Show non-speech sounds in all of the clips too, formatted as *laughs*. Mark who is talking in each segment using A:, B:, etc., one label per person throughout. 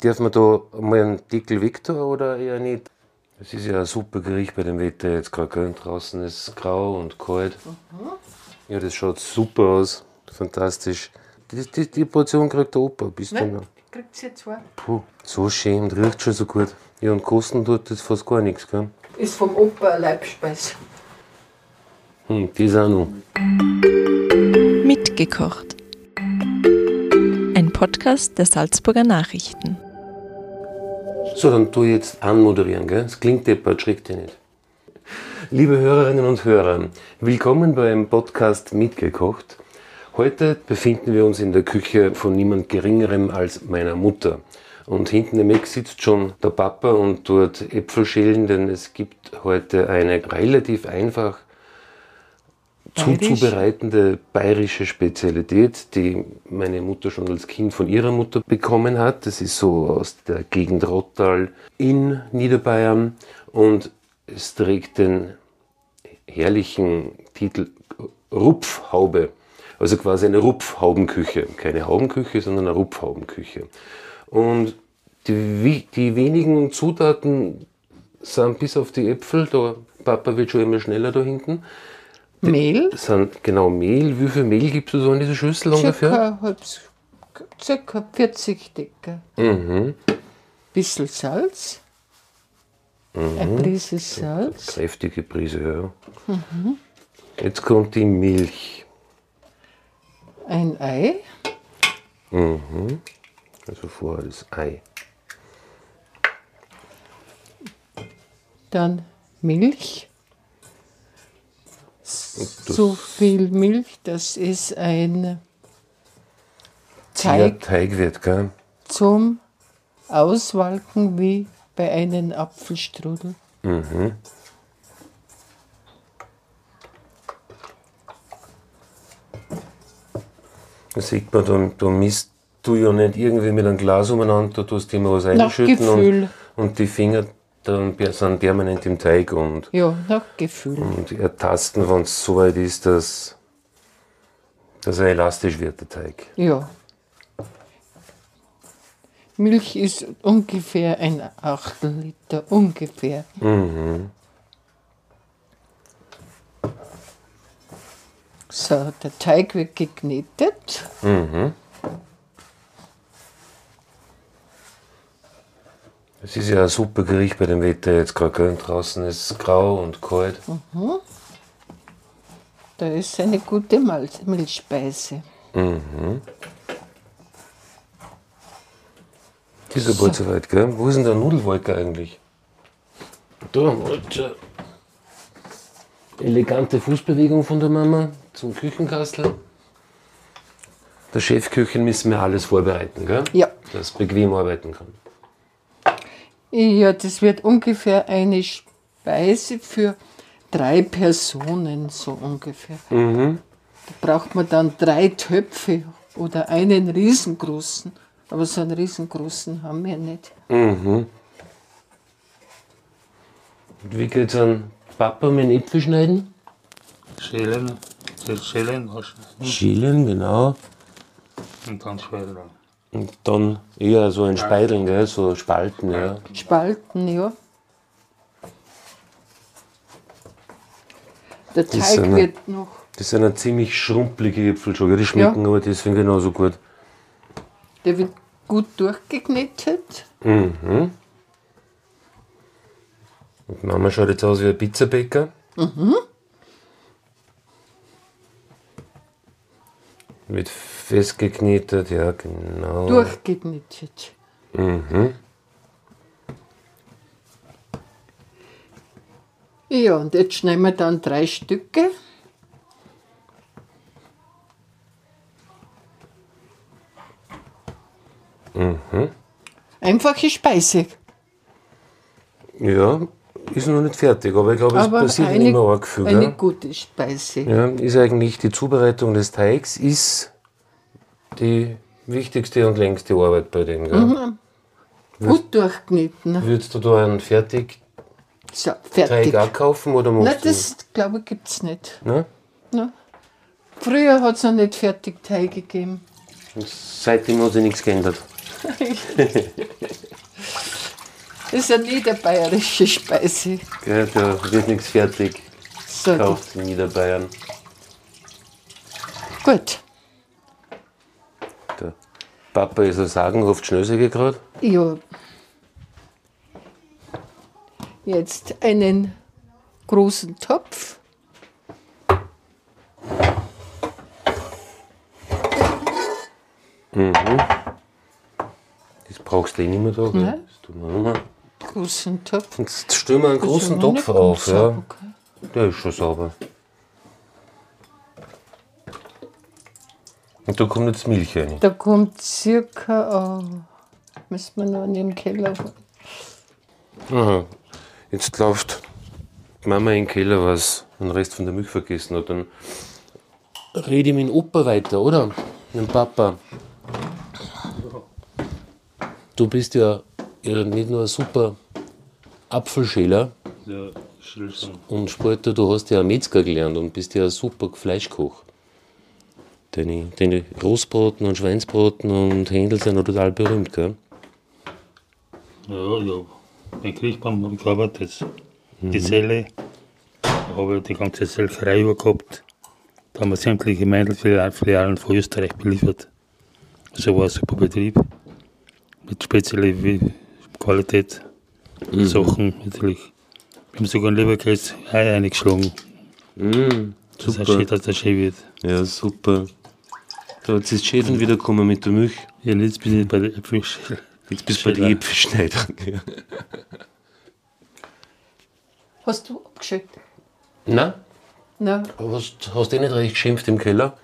A: Darf man da mal einen Dickel Viktor oder eher nicht? Es ist ja ein super Gericht bei dem Wetter jetzt gerade. gell? Draußen ist grau und kalt. Ja, das schaut super aus. Fantastisch. Die, die, die Portion kriegt der Opa. Bist du noch?
B: Ne? Kriegt sie zwei.
A: Puh, so schön, riecht schon so gut. Ja, und kosten tut das fast gar nichts, gell?
B: Ist vom Opa eine Leibspeise.
A: Hm, das auch noch.
C: Mitgekocht. Ein Podcast der Salzburger Nachrichten.
A: So, dann tu ich jetzt anmoderieren, gell? Das klingt deppert, schreckt dir nicht. Liebe Hörerinnen und Hörer, willkommen beim Podcast Mitgekocht. Heute befinden wir uns in der Küche von niemand Geringerem als meiner Mutter. Und hinten im Eck sitzt schon der Papa und dort Äpfel schälen, denn es gibt heute eine relativ einfach
B: Bayerisch.
A: zuzubereitende bayerische Spezialität, die meine Mutter schon als Kind von ihrer Mutter bekommen hat. Das ist so aus der Gegend Rottal in Niederbayern und es trägt den herrlichen Titel Rupfhaube. Also quasi eine Rupfhaubenküche. Keine Haubenküche, sondern eine Rupfhaubenküche. Und die, wi- die wenigen Zutaten sind bis auf die Äpfel, da Papa wird schon immer schneller da hinten,
B: Mehl.
A: sind genau Mehl. Wie viel Mehl gibst du so in diese Schüssel ungefähr?
B: Circa, halbs- circa 40 Decker. Bissel Salz. Ein Prise Salz.
A: Kräftige Prise, ja.
B: Mhm.
A: Jetzt kommt die Milch.
B: Ein Ei.
A: Also vorher das Ei.
B: Dann Milch. So viel Milch, das ist ein
A: Ja,
B: Teig
A: Teig wird, gell?
B: zum Auswalken wie bei einem Apfelstrudel.
A: Da sieht man, du, du misst du ja nicht irgendwie mit einem Glas umeinander, du tust immer was einschütten und,
B: Gefühl.
A: und die Finger dann per- sind permanent im Teig und,
B: Ja, nach Gefühl.
A: und ertasten, wenn es so weit ist, dass, dass er elastisch wird, der Teig.
B: Ja. Milch ist ungefähr ein Achtel Liter, ungefähr. So, der Teig wird geknetet.
A: Es ist ja ein super Gericht bei dem Wetter jetzt gerade, gell? Draußen ist es grau und kalt.
B: Da ist eine gute Mal- Milchspeise.
A: Die ist aber zu weit, gell? Wo ist denn der Nudelwolke eigentlich? Da, Alter. Elegante Fußbewegung von der Mama zum Küchenkastel. Der Chefköchin müssen wir alles vorbereiten, gell?
B: Ja.
A: Dass bequem arbeiten kann.
B: Ja, das wird ungefähr eine Speise für drei Personen, so ungefähr.
A: Mhm.
B: Da braucht man dann drei Töpfe oder einen riesengroßen. Aber so einen riesengroßen haben wir nicht.
A: Und wie geht's an Papa mit dem Äpfel schneiden?
D: Schälen, schälen, ausschneiden
A: Schälen, genau.
D: und dann schälen.
A: Und dann eher so ein Speideln, gell? So Spalten, ja.
B: Spalten, ja. Der
A: Ist
B: Teig
A: eine-
B: wird noch.
A: Das sind ja ziemlich schrumpelige Äpfel schon, gell? die schmecken aber deswegen genauso gut.
B: Der wird gut durchgeknetet.
A: Und Mama schaut jetzt aus wie ein Pizzabäcker. Mhm. Wird festgeknetet, ja genau.
B: durchgeknetet.
A: Mhm.
B: Ja, und jetzt schneiden wir dann drei Stücke.
A: Mhm.
B: Einfache Speise,
A: Ja, ist noch nicht fertig, aber ich glaube, es
B: aber
A: passiert
B: eine,
A: immer arg viel.
B: eine
A: Gell?
B: gute Speise.
A: Ja, ist eigentlich die Zubereitung des Teigs ist die wichtigste und längste Arbeit bei dem. Gell?
B: Mhm. Gut durchkneten.
A: Würdest du da einen Fertigteig
B: So, fertig.
A: auch kaufen oder
B: Na,
A: musst
B: das glaube ich gibt es nicht.
A: du? Ne?
B: Früher hat es noch nicht Fertigteig gegeben.
A: Seitdem hat sich nichts geändert.
B: Das ist eine niederbayerische Speise.
A: Gell, da wird nichts fertig.
B: So,
A: Kauft in Niederbayern.
B: gut.
A: Der Papa ist ein sagenhaft Schnösige gerade.
B: Ja. Jetzt einen großen Topf.
A: Das brauchst du eh nicht mehr da. Gell?
B: Nein.
A: Das tun wir nicht mehr.
B: Großen Topf.
A: Und jetzt stellen wir einen großen
B: Ist ja noch
A: Topf
B: nicht
A: auf.
B: ganz
A: Ja.
B: sauber, gell?
A: Der ist schon sauber. Und da kommt jetzt Milch rein.
B: Da kommt circa. Oh, müssen wir noch in den Keller.
A: Aha. Jetzt läuft Mama in den Keller, was den Rest von der Milch vergessen hat. Dann rede ich mit dem Opa weiter, oder? Mit dem Papa. Du bist ja ja nicht nur ein super Apfelschäler
D: Der Schilson.
A: und Spalter, du hast ja auch Metzger gelernt und bist ja ein super Fleischkoch. Deine, deine Rostbraten und Schweinsbraten und Händel sind ja total berühmt, gell?
D: Ja, ja. Den Kriegbaum habe ich gearbeitet. Die Zelle. Da habe ich die ganze Selkerei übergehabt. Da haben wir sämtliche Meindelfilialen von Österreich beliefert. Also war ein super Betrieb. Mit spezieller Wi- Qualität. Sachen natürlich. Wir haben sogar einen Leberkäse Ei eingeschlagen. Das ist
A: super.
D: schön, dass der schön wird.
A: Ja, super. So, jetzt ist Schäden wiedergekommen mit der Milch.
D: Ja, und jetzt bin ich bei der Äpfelschäle.
A: Jetzt bist du bei
D: Schäler.
A: den Äpfelschneidern. *laughs* Ja.
B: Hast du abgeschickt?
A: Nein,
B: Nein,
A: du hast, hast eh nicht recht geschimpft im Keller.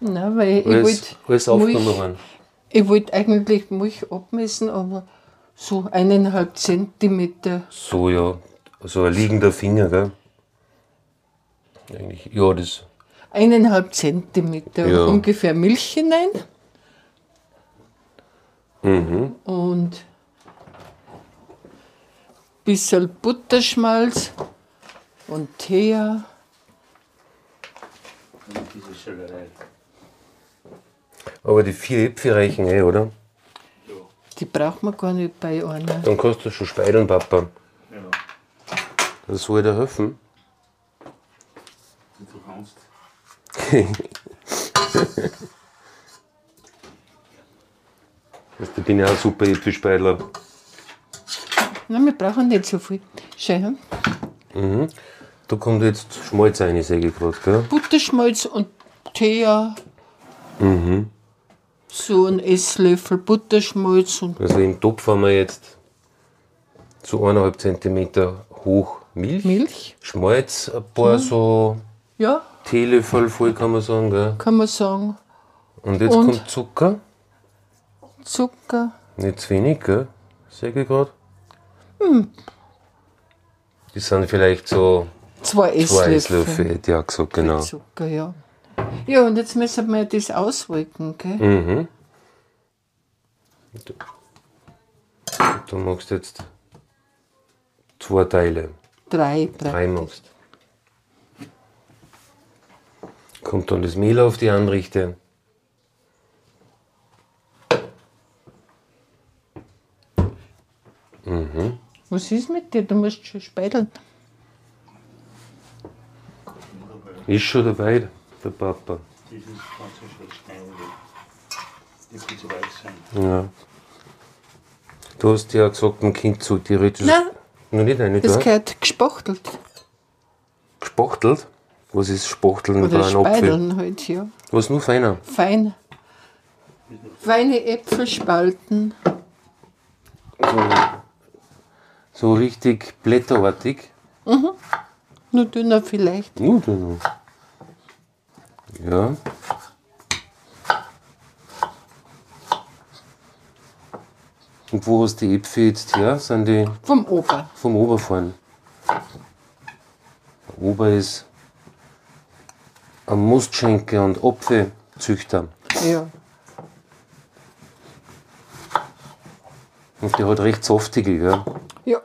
B: nein weil ich
A: Alles, alles
B: wollte.
A: aufgenommen
B: Milch-
A: worden.
B: Ich wollte eigentlich Milch abmessen, aber so eineinhalb Zentimeter.
A: So, ja. So ein liegender Finger, gell? Eigentlich, ja, das.
B: Eineinhalb Zentimeter
A: Ja.
B: ungefähr Milch hinein.
A: Mhm.
B: Und ein bisschen Butterschmalz und Teer.
D: Diese Schälerei.
A: Aber die vier Äpfel reichen eh, oder?
B: Die braucht man gar nicht bei einer.
A: Dann kannst du schon speideln, Papa.
D: Ja,
A: Das soll dir helfen.
D: du kannst.
A: Weißt du, Ich bin ja auch ein super Äpfelspeiler.
B: Nein, wir brauchen nicht so viel. hm? Schau her.
A: Da kommt jetzt Schmalz rein, sehe ich gerade, gell?
B: Butterschmalz und Teer.
A: Mhm.
B: So ein Esslöffel Butterschmalz und
A: Also im Topf haben wir jetzt so eineinhalb Zentimeter hoch Milch.
B: Milch. Mhm.
A: Schmalz, ein paar so
B: Ja,
A: Teelöffel voll, kann man sagen. Gell?
B: kann man sagen.
A: Und jetzt
B: Und?
A: kommt Zucker.
B: Zucker.
A: Nicht zu wenig, gell? Sehe ich gerade.
B: Hm.
A: Das sind vielleicht so
B: Zwei
A: zwei
B: Esslöffel.
A: Esslöffel, hätte ich auch gesagt, genau.
B: Zucker, ja. Ja, und jetzt müssen wir das auswolken, gell?
A: Du machst jetzt zwei Teile.
B: Drei braucht
A: Drei machst. Kommt dann das Mehl auf die Anrichte.
B: Was ist mit dir? Du musst schon speideln.
A: Ist schon dabei, der Papa.
D: Dieses ganze Schälerei. Die bitte weit sein.
A: Ja. Du hast ja gesagt, mein Kind so theoretisch.
B: Nein.
A: Noch nicht eine,
B: Das
A: da?
B: gehört gespachtelt.
A: Gespachtelt? Was ist Spachteln
B: Oder
A: bei einem Apfel?
B: speideln halt, ja.
A: Was nur feiner?
B: Fein. Feine Äpfelspalten.
A: So richtig blätterartig?
B: Nur dünner vielleicht.
A: Nur dünner. also. Ja. Und wo hast du die Äpfel jetzt her? Sind die
B: Vom Ober.
A: vom Oberfahren? Ober ist ein Mustschenker und Apfelzüchter.
B: Ja.
A: Und der hat recht saftige, gell?
B: Ja.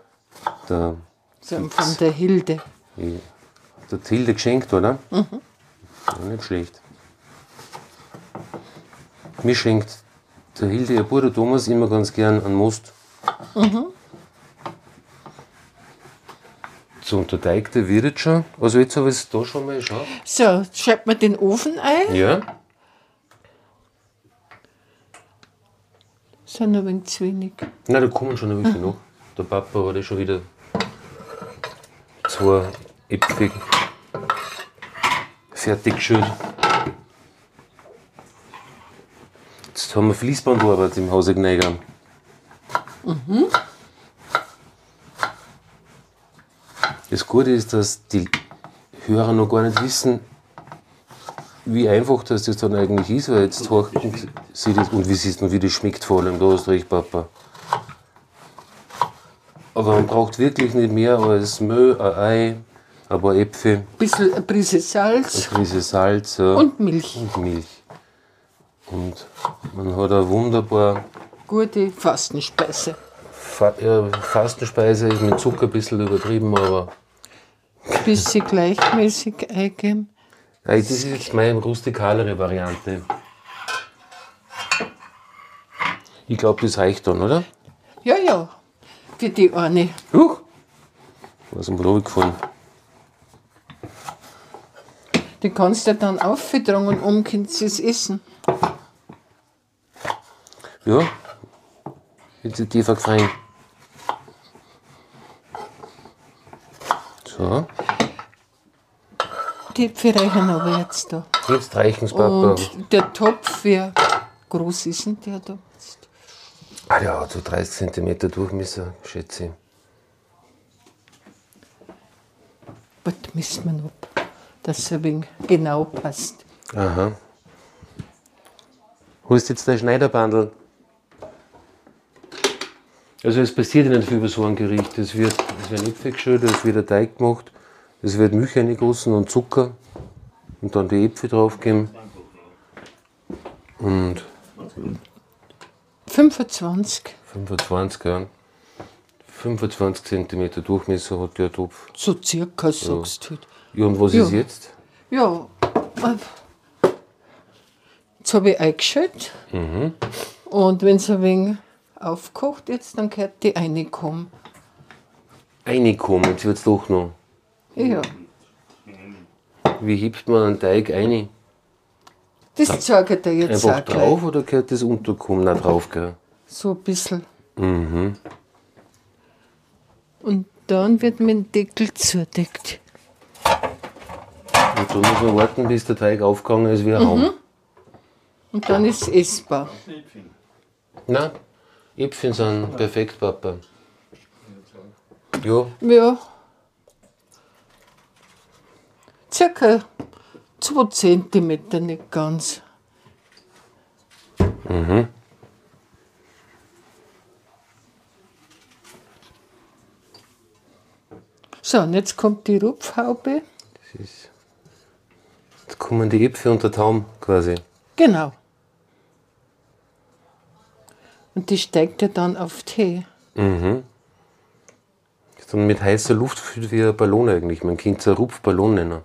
A: Der,
B: So von der Hilde.
A: eh, der Tilde geschenkt, oder? Mhm. Ja, nicht schlecht. Mir schenkt der Hilde, ihr Bruder Thomas, immer ganz gern einen Most. so unterteigte wird schon. Also jetzt habe ich es da schon mal geschaut.
B: So, schreibt man den Ofen ein.
A: Ja.
B: Sind ein wenig zu wenig.
A: Nein, da kommen schon welche noch. Der Papa hat ja schon wieder zwei Äpfel fertig geschürt. Jetzt haben wir Fließbandarbeit im Hause Gneigern. Das Gute ist, dass die Hörer noch gar nicht wissen, wie einfach das, das dann eigentlich ist, weil jetzt horchen sie das und wie siehst und wie das schmeckt vor allem. Da hast du recht, Papa. Aber man braucht wirklich nicht mehr als Müll, ein Ei, ein paar Äpfel,
B: Bisschen, eine Prise Salz
A: eine Prise Salz ja,
B: und Milch.
A: und Milch. Und man hat eine wunderbar
B: Gute Fastenspeise.
A: Fa ja, Fastenspeise, ist mit Zucker ein bisschen übertrieben, aber
B: Bisschen gleichmäßig eingeben.
A: Nein, das ist jetzt meine rustikalere Variante. Ich glaube, das reicht dann, oder?
B: Ja, ja. Für die eine.
A: Huch! Was im Brot gefallen.
B: Die kannst du dann auffüttern und um kannst du es essen.
A: Ja. Initiative gefallen. So,
B: Die Äpfel reichen aber jetzt da.
A: jetzt reichen's, Papa.
B: Und der Topf, wie groß ist denn der da? jetzt?
A: Ah, der hat so 30 cm Durchmesser, schätze ich.
B: Aber da müssen wir noch, dass er wegen genau passt.
A: Aha. Wo ist jetzt der Schneiderbandel? Also es passiert ja nicht viel bei so einem Gericht. Es wird, es werden Äpfel geschüttelt, es wird ein Teig gemacht, es wird Milch eingegossen und Zucker und dann die Äpfel draufgeben. Und
B: 25
A: 25 Jahren. 25 cm Durchmesser hat der Topf.
B: So circa, sagst du halt.
A: Ja, und was
B: Ja.
A: ist jetzt?
B: Ja, äh, jetzt habe ich eingeschüttet. Mhm. Und wenn es ein wenig aufkocht jetzt, dann gehört die reinkommen.
A: Einkommen, jetzt wird es doch noch.
B: Ja,
A: Wie hebt man einen Teig ein?
B: das zeige ich dir jetzt
A: Einfach
B: auch gleich.
A: drauf oder gehört das unterkommen? Nein, drauf, gell?
B: So ein bisschen.
A: Mhm.
B: Und dann wird mit dem Deckel zudeckt.
A: Und dann muss man warten, bis der Teig aufgegangen ist wie ein Raum.
B: Und dann ist es essbar.
A: Nein, Äpfel sind perfekt, Papa. Ja,
B: Ja. Circa 2 cm, nicht ganz.
A: Mhm.
B: So, und jetzt kommt die Rupfhaube.
A: das ist. Jetzt kommen die Äpfel unter Taum quasi.
B: Genau. Und die steigt ja dann auf Tee.
A: Das dann mit heißer Luft füllt wie ein Ballon eigentlich. Man könnte es einen Rupfballon nennen.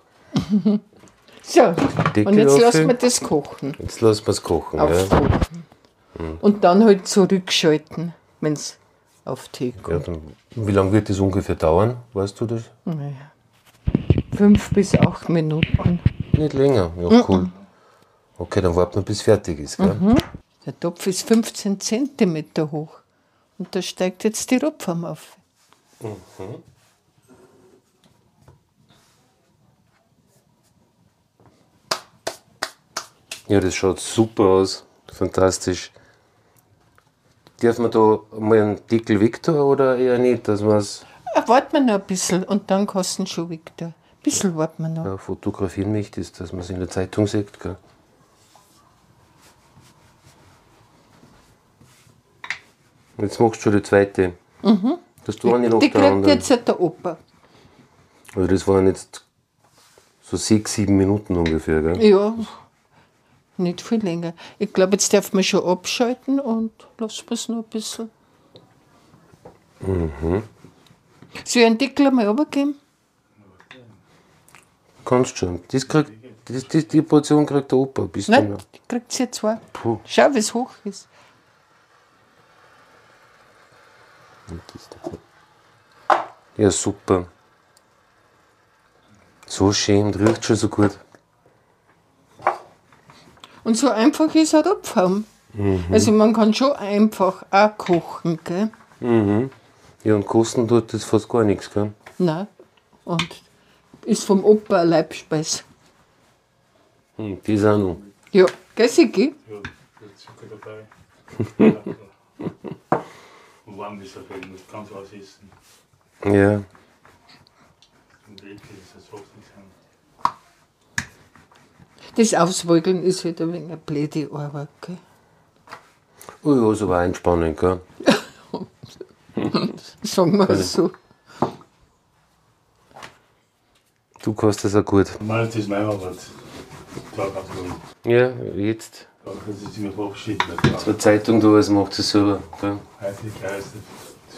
B: So, und
A: Deckel
B: jetzt lassen
A: auf.
B: wir das kochen.
A: Jetzt lassen wir es kochen. Ja. Hm.
B: Aufkochen. Und dann halt zurückschalten, wenn es auf Tee kommt.
A: Ja, dann, wie lange wird das ungefähr dauern? Weißt du das?
B: Naja. Fünf bis acht Minuten.
A: Nicht länger. Ja, cool. Okay, dann warten wir, bis fertig ist. Gell?
B: Der Topf ist 15 cm hoch. Und da steigt jetzt die Rupfham auf.
A: Ja, das schaut super aus. Fantastisch. Darf man da mal einen Deckel weg tun oder eher nicht, dass man es
B: Ah, Warten wir noch ein bisschen und dann kosten schon Victor. Ein bisschen warten wir noch.
A: ja, äh, fotografieren möchte, ist, dass man es in der Zeitung sieht? Gell? Jetzt machst du schon die zweite. Das tun eine nach
B: Mhm.
A: der
B: Die kriegt
A: anderen.
B: jetzt halt der Opa.
A: Also das waren jetzt so sechs, sieben Minuten ungefähr. Gell?
B: Ja, nicht viel länger. Ich glaube, jetzt darf man schon abschalten und lassen wir es noch ein bisschen. Soll ich einen Deckel einmal runtergeben?
A: Kannst schon. Das kriegt, das, das, die Portion kriegt der Opa. Bist du
B: Nein,
A: noch?
B: die kriegt sie zwei.
A: Puh.
B: Schau, wie es hoch ist.
A: Ja, super. so schön und riecht schon so gut.
B: Und so einfach ist er abfahren. Also man kann schon einfach auch kochen, gell?
A: Ja, und kosten tut das fast gar nichts, gell?
B: Nein. Und ist vom Opa eine Leibspeise.
A: Hm, die ist auch noch.
B: Ja, gell, Sigi?
D: Zucker dabei. Warm ist er muss ganz was essen.
A: Ja.
D: Und eklig ist es oft nicht sein.
B: Das Auswägeln ist halt ein wenig eine blöde Arbeit, gell?
A: Oh ja, so war entspannend, gell?
B: Sagen wir es so.
A: Du kannst das auch gut.
D: Nein, das ist meine Arbeit. Klar, ganz ruhig.
A: Ja, jetzt.
D: Da kann sich mir verabschieden.
A: Zur Zeitung da, es macht es selber, gell?
D: Heute klar ist das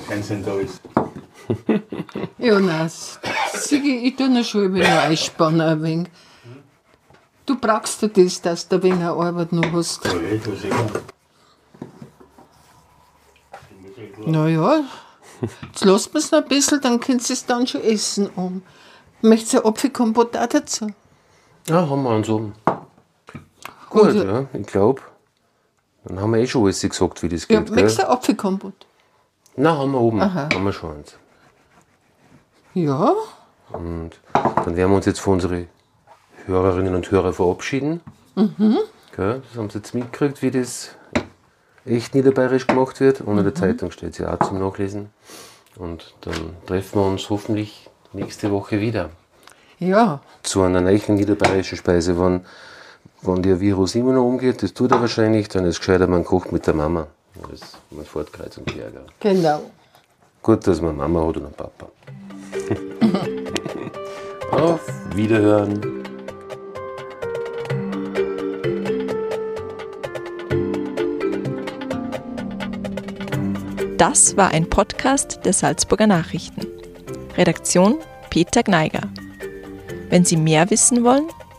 D: Fernsehen da ist.
B: Ja, nein. s- Sigi, ich tu noch schon wieder einspannen ein wenig. Du brauchst ja das, dass du ein wenig eine Arbeit noch hast.
A: Genau.
D: Ja, ich weiß eh gar nicht.
B: Naja, jetzt lassen wir es noch ein bisschen, dann könnt ihr es dann schon essen um. Möchtest du ein Apfelkompott auch dazu?
A: Ja, haben wir einen so. Gut,
B: Und, äh,
A: ja, ich glaube. Dann haben wir eh schon alles gesagt, wie das
B: Ja,
A: geht,
B: möchtest
A: gell?
B: du ein Apfelkompott?
A: Nein, haben wir oben.
B: Aha.
A: Haben wir schon eins.
B: Ja,
A: Und dann werden wir uns jetzt von unseren Hörerinnen und Hörern verabschieden. Gell? Das haben sie jetzt mitgekriegt, wie das echt niederbayerisch gemacht wird. Und in der Zeitung steht sie auch zum Nachlesen. Und dann treffen wir uns hoffentlich nächste Woche wieder
B: ja.
A: zu einer neuen niederbayerischen Speise. Wenn, wenn der Virus immer noch umgeht, das tut er wahrscheinlich, dann ist es gescheiter, man kocht mit der Mama. Ja, Das ist mein Fortkreuz und Ärger.
B: Genau.
A: Gut, dass man Mama hat und einen Papa. Auf Wiederhören.
C: Das war ein Podcast der Salzburger Nachrichten. Redaktion Peter Gneiger. Wenn Sie mehr wissen wollen,